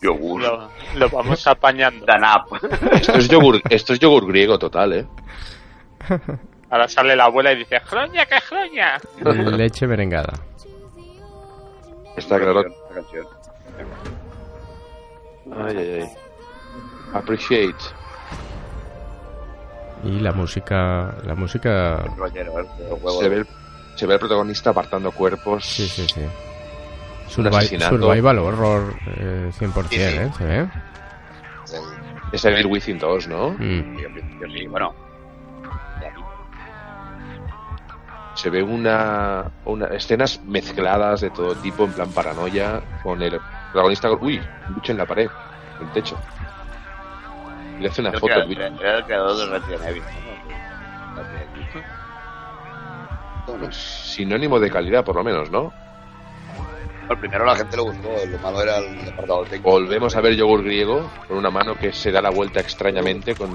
Yogur. Lo, lo vamos apañando. Danap. Esto es yogur, esto es yogur griego total, ¿eh? Ahora sale la abuela y dice, ¡Jroña, que jroña! Leche merengada. Está claro. Esta canción. Ay, ay, ay. Appreciate. Y la música. La música. Rollero, eh, de huevo. Se ve, el- se ve el protagonista apartando cuerpos. Sí, sí, sí. Un Survi- asesinato. Survival horror eh, 100%, ¿eh? ¿Se ve? Es Evil Within 2, ¿no? Mm. Yo, yo sí, bueno. de aquí. Se ve una, una escenas mezcladas de todo tipo, en plan paranoia, con el protagonista. con- Uy, un bicho en la pared, en el techo. Y Le hace una Creo foto que al bicho. era- era el creador de Resident Evil. ¿no? Resident Evil. Pues Sinónimo de calidad, por lo menos, ¿no? El primero la gente lo gustó, lo malo era el apartado técnico. Volvemos a ver yogur griego con una mano que se da la vuelta extrañamente con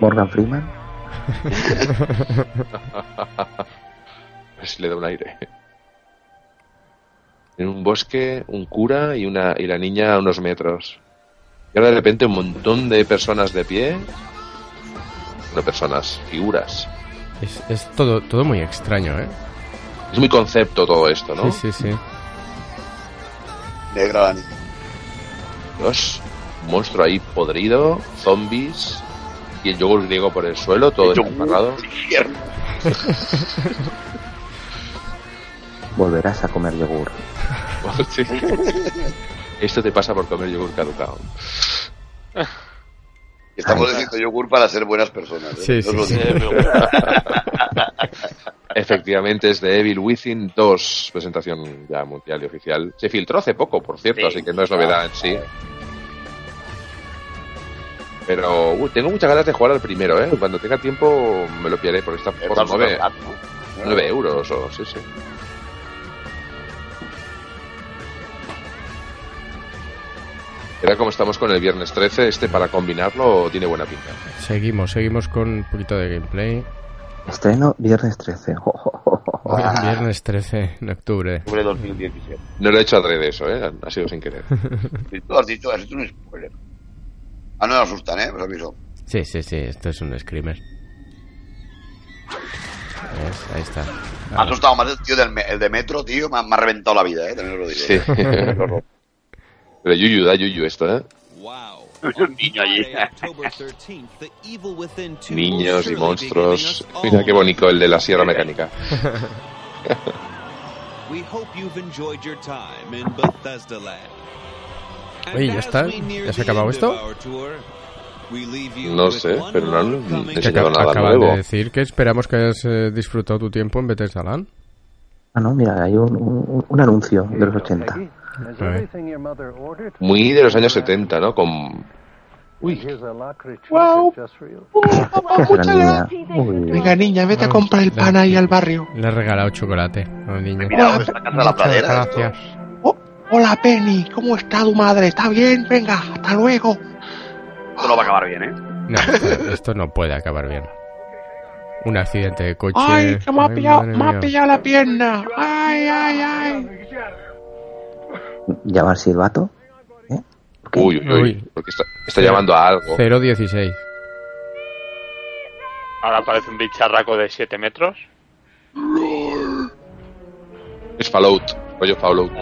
Morgan Freeman. A ver si pues, le da un aire. En un bosque, un cura y una y la niña a unos metros. Y ahora de repente un montón de personas de pie. Bueno, personas, figuras. Es, es todo, todo muy extraño, ¿eh? Es muy concepto todo esto, ¿no? Sí, sí, sí. Negra la niña. Dios, un monstruo ahí podrido, zombies y el yogur griego por el suelo, todo El yogur. embarrado. Infierno. Volverás a comer yogur. Sí. Esto te pasa por comer yogur caducado. Estamos diciendo yogur para ser buenas personas. Sí, ¿eh? sí, Nos lo sí. dicen. Efectivamente, es de Evil Within 2, presentación ya mundial y oficial. Se filtró hace poco, por cierto, Sí. así que no es novedad en sí. Eh, Pero uy, tengo muchas ganas de jugar al primero, ¿eh? Cuando tenga tiempo me lo pillaré, porque está por Está 9, superfat, ¿no? euros o sí, sí. Era como estamos con el viernes 13, este para combinarlo tiene buena pinta. Seguimos, seguimos con un poquito de gameplay. Estreno viernes 13. Jo, jo, jo, jo. Viernes 13 de octubre. Octubre 2017. No lo he hecho adrede eso, ¿eh? Ha sido sin querer. Si tú has dicho, es un spoiler. Ah, no me asustan, ¿eh? Os aviso. Sí, sí, sí, esto es un screamer. ¿Ves? Ahí está. Me ha asustado más el tío del me- el de Metro, tío. Me ha, me ha reventado la vida, ¿eh? También os lo digo. Sí. Pero Yuyu, da Yuyu esto, ¿eh? Wow. Es un niño allí. Friday, October 13th, the evil within two will Niños y surely be monstruos. giving us Mira qué all- bonito el de la sierra mecánica. We hope you've enjoyed your time in Bethesda Land. Oye, ¿ya está? ¿Ya se ha acabado esto? No sé, pero no han Que enseñado acaba- nada acaban de nuevo. decir que esperamos que hayas eh, disfrutado tu tiempo en Bethesda Land. Ah, no, mira, hay un, un- un anuncio de los 80. A ver. Muy de los años 70, ¿no? Con Uy. ¡Wow! Oh, muchas gracias. Venga, niña, vete a comprar el pan ahí al barrio. Le he regalado chocolate al niño. Mira, pues, la casa de la pradera, eh. Gracias. Hola Penny, ¿cómo está tu madre? ¿Está bien? Venga, hasta luego. Esto no va a acabar bien, ¿eh? No, esto no puede acabar bien. Un accidente de coche. Ay, que me ha Ay, pillado, madre me ha mía. pillado la pierna. Ay, ay, ay. ¿Llamar silbato? Uy, uy, uy. Uy. Porque está, está llamando a algo. 016. Ahora parece un bicharraco de 7 metros. Es Fallout. Rollo Fallout.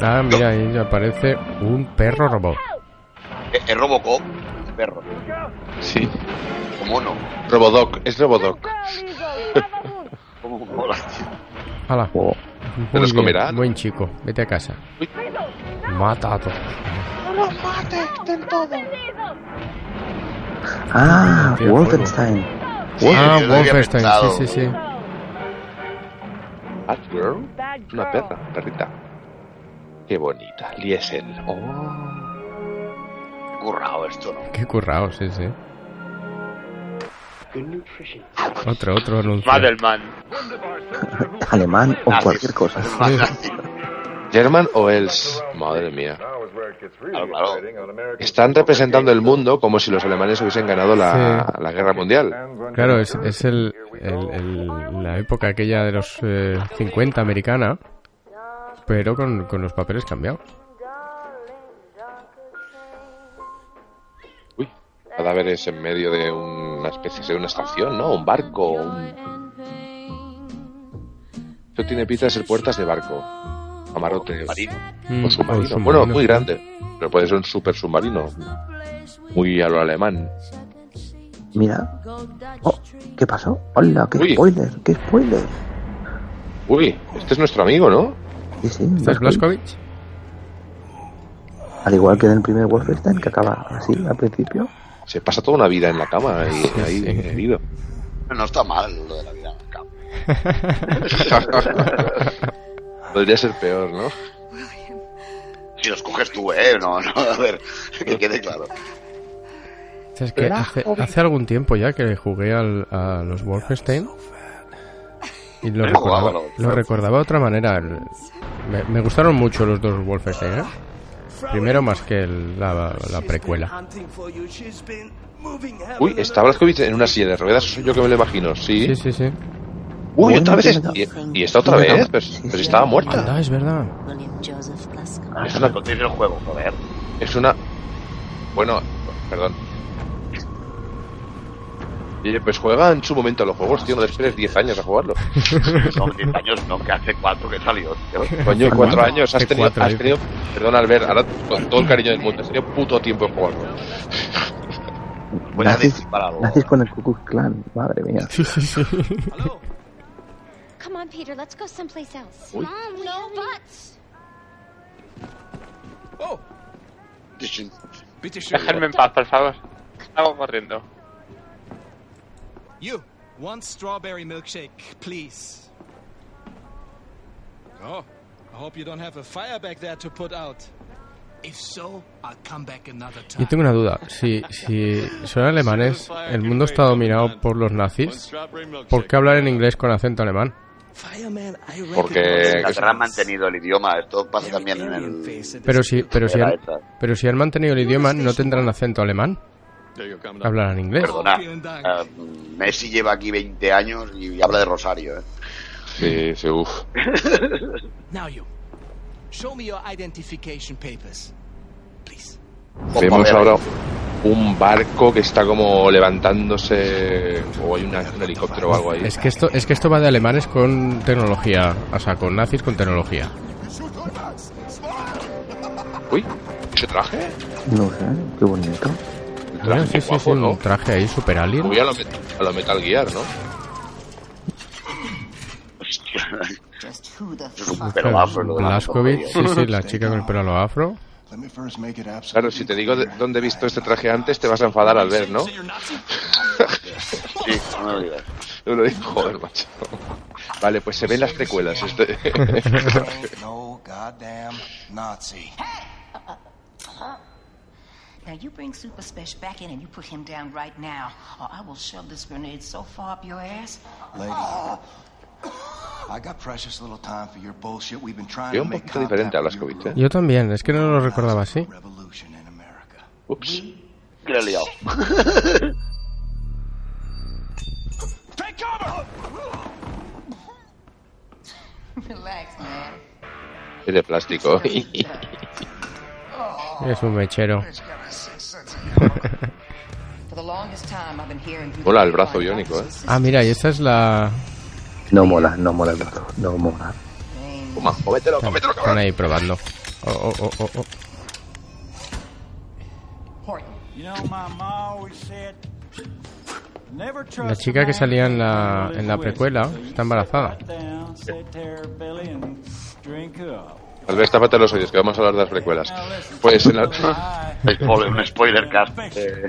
Ah, mira, ahí aparece un perro robot. Es, es Eh, Robocop, el perro. Sí. O mono. Robodoc. Es Robodoc. Como mola, tío. Hala. ¿Te los Muy bien, comerán? Buen chico, vete a casa. Mata a todos. No los mates, estén todos. Ah, Tiene Wolfenstein. Sí, Ah, yo lo había Wolfenstein, pensado. sí, sí, sí. Bad Girl. Una perra, perrita. Qué bonita. Liesel. Oh. Currado esto, ¿no? Qué currao, sí, sí. Otro, otro anuncio. Madelman. Alemán o cualquier cosa. German o Else. Madre mía. Claro, Están representando el mundo como si los alemanes hubiesen ganado la, la guerra mundial. Claro, es, es el, el- el- la época aquella de los eh, 50 americana, pero con, con los papeles cambiados. Cadáveres en medio de una especie de una estación, ¿no? Un barco. un- Eso tiene pinta de ser puertas de barco. Amarotes. Mm, O o submarino. submarino. Bueno, muy grande. Pero puede ser un super submarino. Muy a lo alemán. Mira. Oh, ¿Qué pasó? Hola, qué Uy. spoiler, qué spoiler. Uy, este es nuestro amigo, ¿no? Sí, sí, ¿Estás Blaskovich. Al igual que en el primer Wolfenstein, que acaba así al principio. Se pasa toda una vida en la cama y ahí herido. no está mal lo de la vida. Podría ser peor, ¿no? Si los coges tú, eh, no, no, a ver, que quede claro. O sea, Es que hace, hace algún tiempo ya que jugué al, a los Wolfenstein y lo He jugado recordaba, a los lo recordaba de otra manera. El- Me, me gustaron mucho los dos Wolfenstein, ¿eh? Primero más que el- la, la precuela. Uy, está Blazkowicz en una silla de ruedas, eso soy yo que me lo imagino, Sí, sí. sí, sí. Uy, Bueno, otra vez. tiene Y, y está otra Tiene vez, cama. pero, pero si estaba muerta. Anda, Ah, es verdad. Es una, Lo tiene el juego, joder. es una. Bueno, perdón. Oye, pues juega en su momento a los juegos, tío, no esperes 10 años a jugarlo. Son 10 años, no, que hace 4 que salió, tío. Coño, 4 años, has Hace tenido, cuatro, eh. has dice. tenido. Perdón, Albert, ahora con todo el cariño del mundo, has tenido puto tiempo en jugarlo. Voy a Nazis, decir para algo. nazis con el Ku Klux Klan, madre mía. Come on, Peter, let's go someplace else. Uy. Mom, no buts. Oh, Dejadme en paz, por favor. Estamos corriendo. You, one strawberry milkshake, please. Oh, I hope you don't have a fire back there to put out. If so, I'll come back another Yo time. tengo una duda. Si, si son alemanes, el mundo está dominado por los nazis, ¿por qué hablar en inglés con acento alemán? Porque Inglaterra ha mantenido el idioma, esto pasa también en el... Pero si, pero si, han, Era esa. pero si han mantenido el idioma, ¿no tendrán acento alemán? Hablarán inglés. Perdona, eh, Messi lleva aquí 20 años y habla de Rosario, eh. Sí, sí, uff. Now you, show me your identification papers, please. Vemos ahora un barco que está como levantándose o hay una- un helicóptero o algo ahí. Es que esto, es que esto va de alemanes con tecnología, o sea, con nazis con tecnología. Uy, ¿qué traje? No sé, qué bonito. Mira, sí, sí, sí, un traje ahí super alien. Voy a lo, met- a lo Metal Gear, ¿no? Pero afro, lo de la Blaskovic, sí, fotografía. sí, la chica con el pelo a lo afro. Claro, si te digo de- dónde he visto este traje antes, te vas a enfadar al ver, ¿no? Sí, no me olvides. Yo lo digo, joder, macho. Vale, pues se ven las precuelas. Este... Uh, No goddamn Nazi. Now you bring Super Special back in and you put him down right now, or I will shove this grenade so far up your ass. Lady, I got precious little time for your bullshit. We've been trying Yo to un make poquito diferente a las COVID, ¿eh? Yo también, es que no lo recordaba así. Ups. Que la he liado. Relax, man. Es de plástico. Es un mechero. For the longest time I've been hearing you. Mola el brazo biónico, ¿eh? ah, mira, y esta es la... No mola, no mola el brazo, no mola. Toma, cómetelo, cómetelo, Están cabrón. ahí probando. Oh, oh, oh, oh. La chica que salía en la, en la precuela está embarazada. Tal vez tápate los oídos, que vamos a hablar de las precuelas. Pues en la... Spoiler, un spoiler cast. There's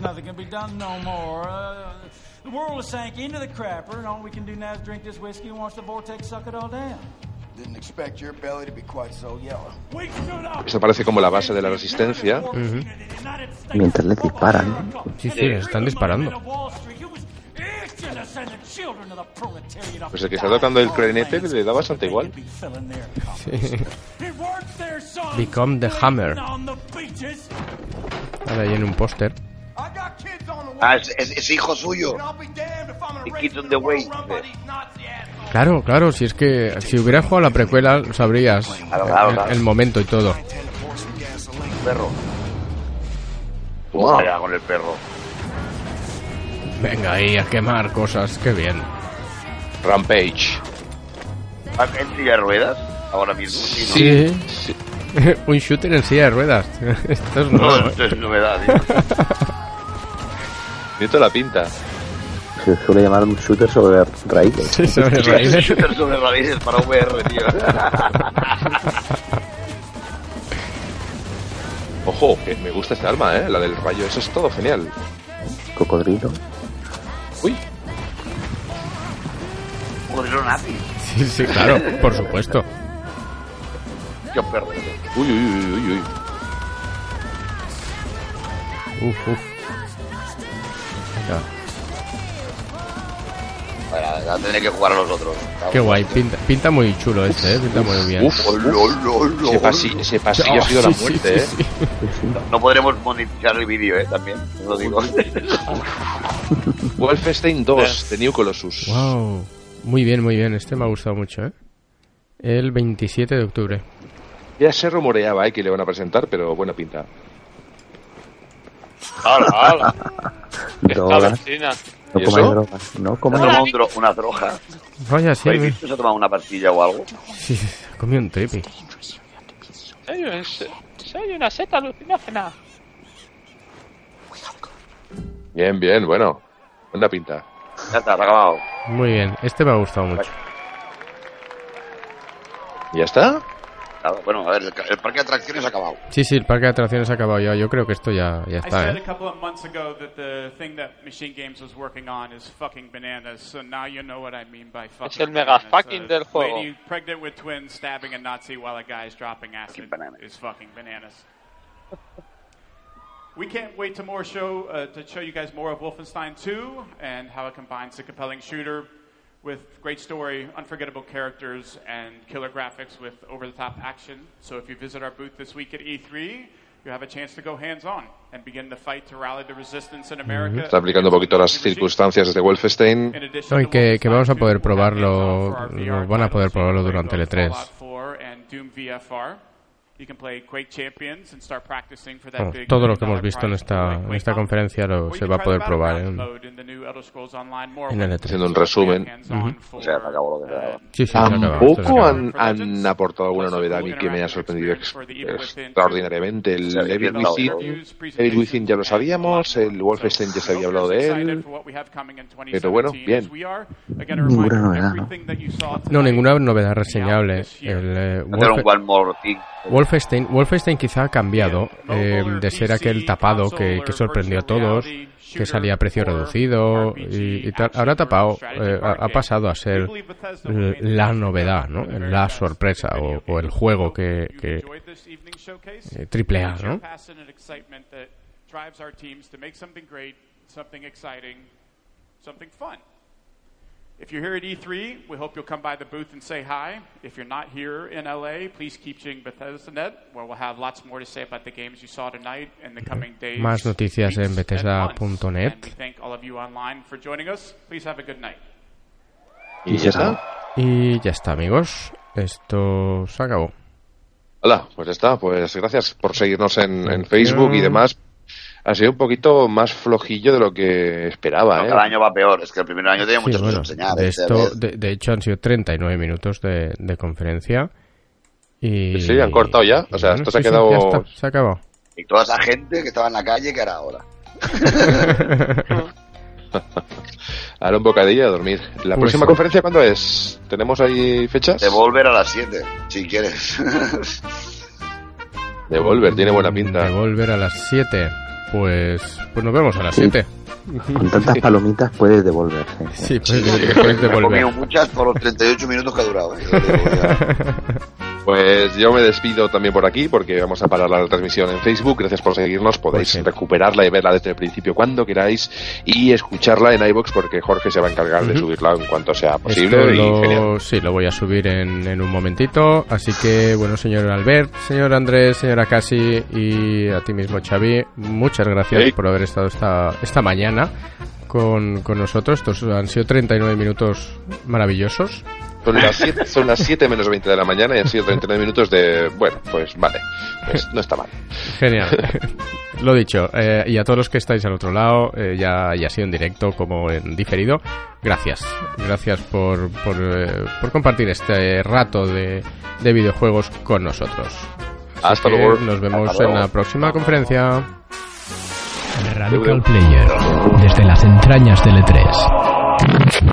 nothing can be done no more. Uh, the world has sank into the crapper, and all we can do now is drink this whiskey and watch the vortex suck it all down. Didn't expect your belly to be quite so yellow. Esto parece como la base de la resistencia. Mm-hmm. Mm-hmm. Mientras le disparan. Sí, sí, le están disparando. Pues el que está tocando el clarinete le da bastante igual. Become the Hammer. Ahora ahí en un póster. Ah, es, es- es hijo suyo. The Kid on the Way. Claro, claro, si es que si hubieras jugado la precuela sabrías claro, el- claro. el momento y todo. Perro. Wow. Allá con el perro. Venga ahí a quemar cosas, qué bien. Rampage. Ah, ¿En silla de ruedas? Ahora mismo. Sí. un shooter en silla de ruedas. Esto es No, nuevo. esto es novedad, tío. Tiene toda la pinta. Se suele llamar un shooter sobre raíles. Sí, sobre Sí, es un shooter sobre raíces para VR, tío. Ojo, que me gusta esta arma, ¿eh? La del rayo. Eso es todo genial. Cocodrilo. Podrilo nazi. Sí, sí, claro, por supuesto. Qué perro. Uy, uy, uy, uy, uy. Uf, uf. Venga, Bueno, ahora tendré que jugar a los otros. Qué guay, pinta, pinta muy chulo este, ¿eh? pinta muy bien. Oh, Uf, Ese, pasi- ese pasillo Ah, ha sido la sí, sí, muerte, sí, ¿eh? No podremos monetizar el vídeo, eh, también. os Lo digo. Wolfenstein 2, de New Colossus. Wow, muy bien, muy bien, este me ha gustado mucho, ¿eh? El 27 de octubre. Ya se rumoreaba ¿eh? que le van a presentar, pero buena pinta. ¡Hala, hala! Drogas. vecina. No ¿eh? ¿Y comáis eso? drogas. No ¿Se ha comáis tomado un dro- una droga? Vaya, sí, ¿Habéis me- visto? ¿Se ha tomado una pastilla o algo? sí, sí, comí un tripi. Soy, un- soy una seta alucinógena. Bien, bien, bueno. Buena pinta. Ya está, se ha acabado. Muy bien, este me ha gustado mucho. ¿Ya está? Claro, bueno, a ver, el, ca- el parque de atracciones ha acabado. Sí, sí, el parque de atracciones ha acabado ya, yo creo que esto ya, ya I está, said ¿eh? a couple of months ago that the thing that Machine Games was working on is fucking bananas, so now you know what I mean by fucking el mega bananas. fucking A del juego. Lady pregnant with twins stabbing a Nazi while a guy is dropping acid is fucking bananas. We can't wait to more show uh, to show you guys more of Wolfenstein 2 and how it combines a compelling shooter with great story, unforgettable characters, and killer graphics with over-the-top action. So if you visit our booth this week at E3, you have a chance to go hands-on and begin the fight to rally the resistance in America. Está aplicando un poquito las circunstancias de Wolfenstein. No, y que, que vamos a poder probarlo, lo- van a poder probarlo durante el E E3. Fallout 4 and Doom VFR. You can play Quake Champions and start practicing for that Bueno, big todo lo que million hemos dollar visto en prize esta, for en Quake esta Combat. conferencia lo, se va a poder probar en, en el E E3. Haciendo un resumen. O sea, se acabó lo que quedaba. Sí, sí, se ha acabado, esto se ha Tampoco acabado. han, han aportado alguna novedad a mí que me haya sorprendido ex- extraordinariamente. El Evil Within, Evil Within ya lo sabíamos, el Wolfenstein ya se había hablado de él. Pero bueno, bien. Ninguna novedad, ¿no? No, ninguna novedad reseñable. El, eh, Hacer un Wolfe- One More Thing. Wolfenstein, Wolfenstein quizá ha cambiado eh, de ser aquel tapado que, que sorprendió a todos, que salía a precio reducido y, y tal. Ahora tapado eh, ha, ha pasado a ser eh, la novedad, ¿no? la sorpresa o, o el juego que, que eh, triple A, ¿no? drives our teams to make something great, something exciting, something fun. If you're here at E3, we hope you'll come by the booth and say hi. If you're not here in LA, please keep seeing BethesdaNet, where we'll have lots more to say about the games you saw tonight in the coming days. Más noticias en weeks, and months. Bethesda.net. And we thank all of you online for joining us. Please have a good night. ¿Y ya está? Y ya está, amigos. Esto se acabó. Hola, pues ya está. Pues gracias por seguirnos en, en Facebook y demás. Ha sido un poquito más flojillo de lo que esperaba, ¿eh? Cada año va peor, es que el primer año tenía muchas Sí, bueno, cosas que enseñar. de, este, esto, ¿ves? de, de hecho, han sido 39 minutos de, de conferencia. Y, Sí, han cortado ya. O sea, Bueno, esto se ha sí, sí, ya quedado. está, se ha acabado. Y toda esa gente que estaba en la calle, que era ahora. Ahora un bocadillo y a dormir. ¿La Pues próxima sí. conferencia cuándo es? ¿Tenemos ahí fechas? De volver a las 7, si quieres. Devolver, tiene buena pinta. Devolver a las 7. Pues, pues nos vemos a las 7. Con tantas palomitas puedes devolverse. Sí, pues, Me he puedes comido devolver. muchas por los 38 minutos que ha durado. ¿eh? Yo digo, Pues yo me despido también por aquí porque vamos a parar la transmisión en Facebook. Gracias por seguirnos. Pues Podéis recuperarla y verla desde el principio cuando queráis y escucharla en iBox porque Jorge se va a encargar de Ujú. subirla en cuanto sea Esto posible. Y genial. lo, sí, lo voy a subir en, en un momentito. Así que, bueno, señor Albert, señor Andrés, señora Casi y a ti mismo, Xavi, muchas gracias Sí. por haber estado esta, esta mañana con, con nosotros. Estos han sido 39 minutos maravillosos. Son las, 7, son las 7 menos 20 de la mañana y han sido 39 minutos de... Bueno, pues vale. Pues no está mal. Genial. Lo dicho, eh, y a todos los que estáis al otro lado, eh, ya, ya sea en directo como en diferido, gracias. Gracias por, por, eh, por compartir este rato de, de videojuegos con nosotros. Así Hasta que luego. Nos vemos Hasta en la luego. próxima conferencia. Radical Player, desde las entrañas del E3.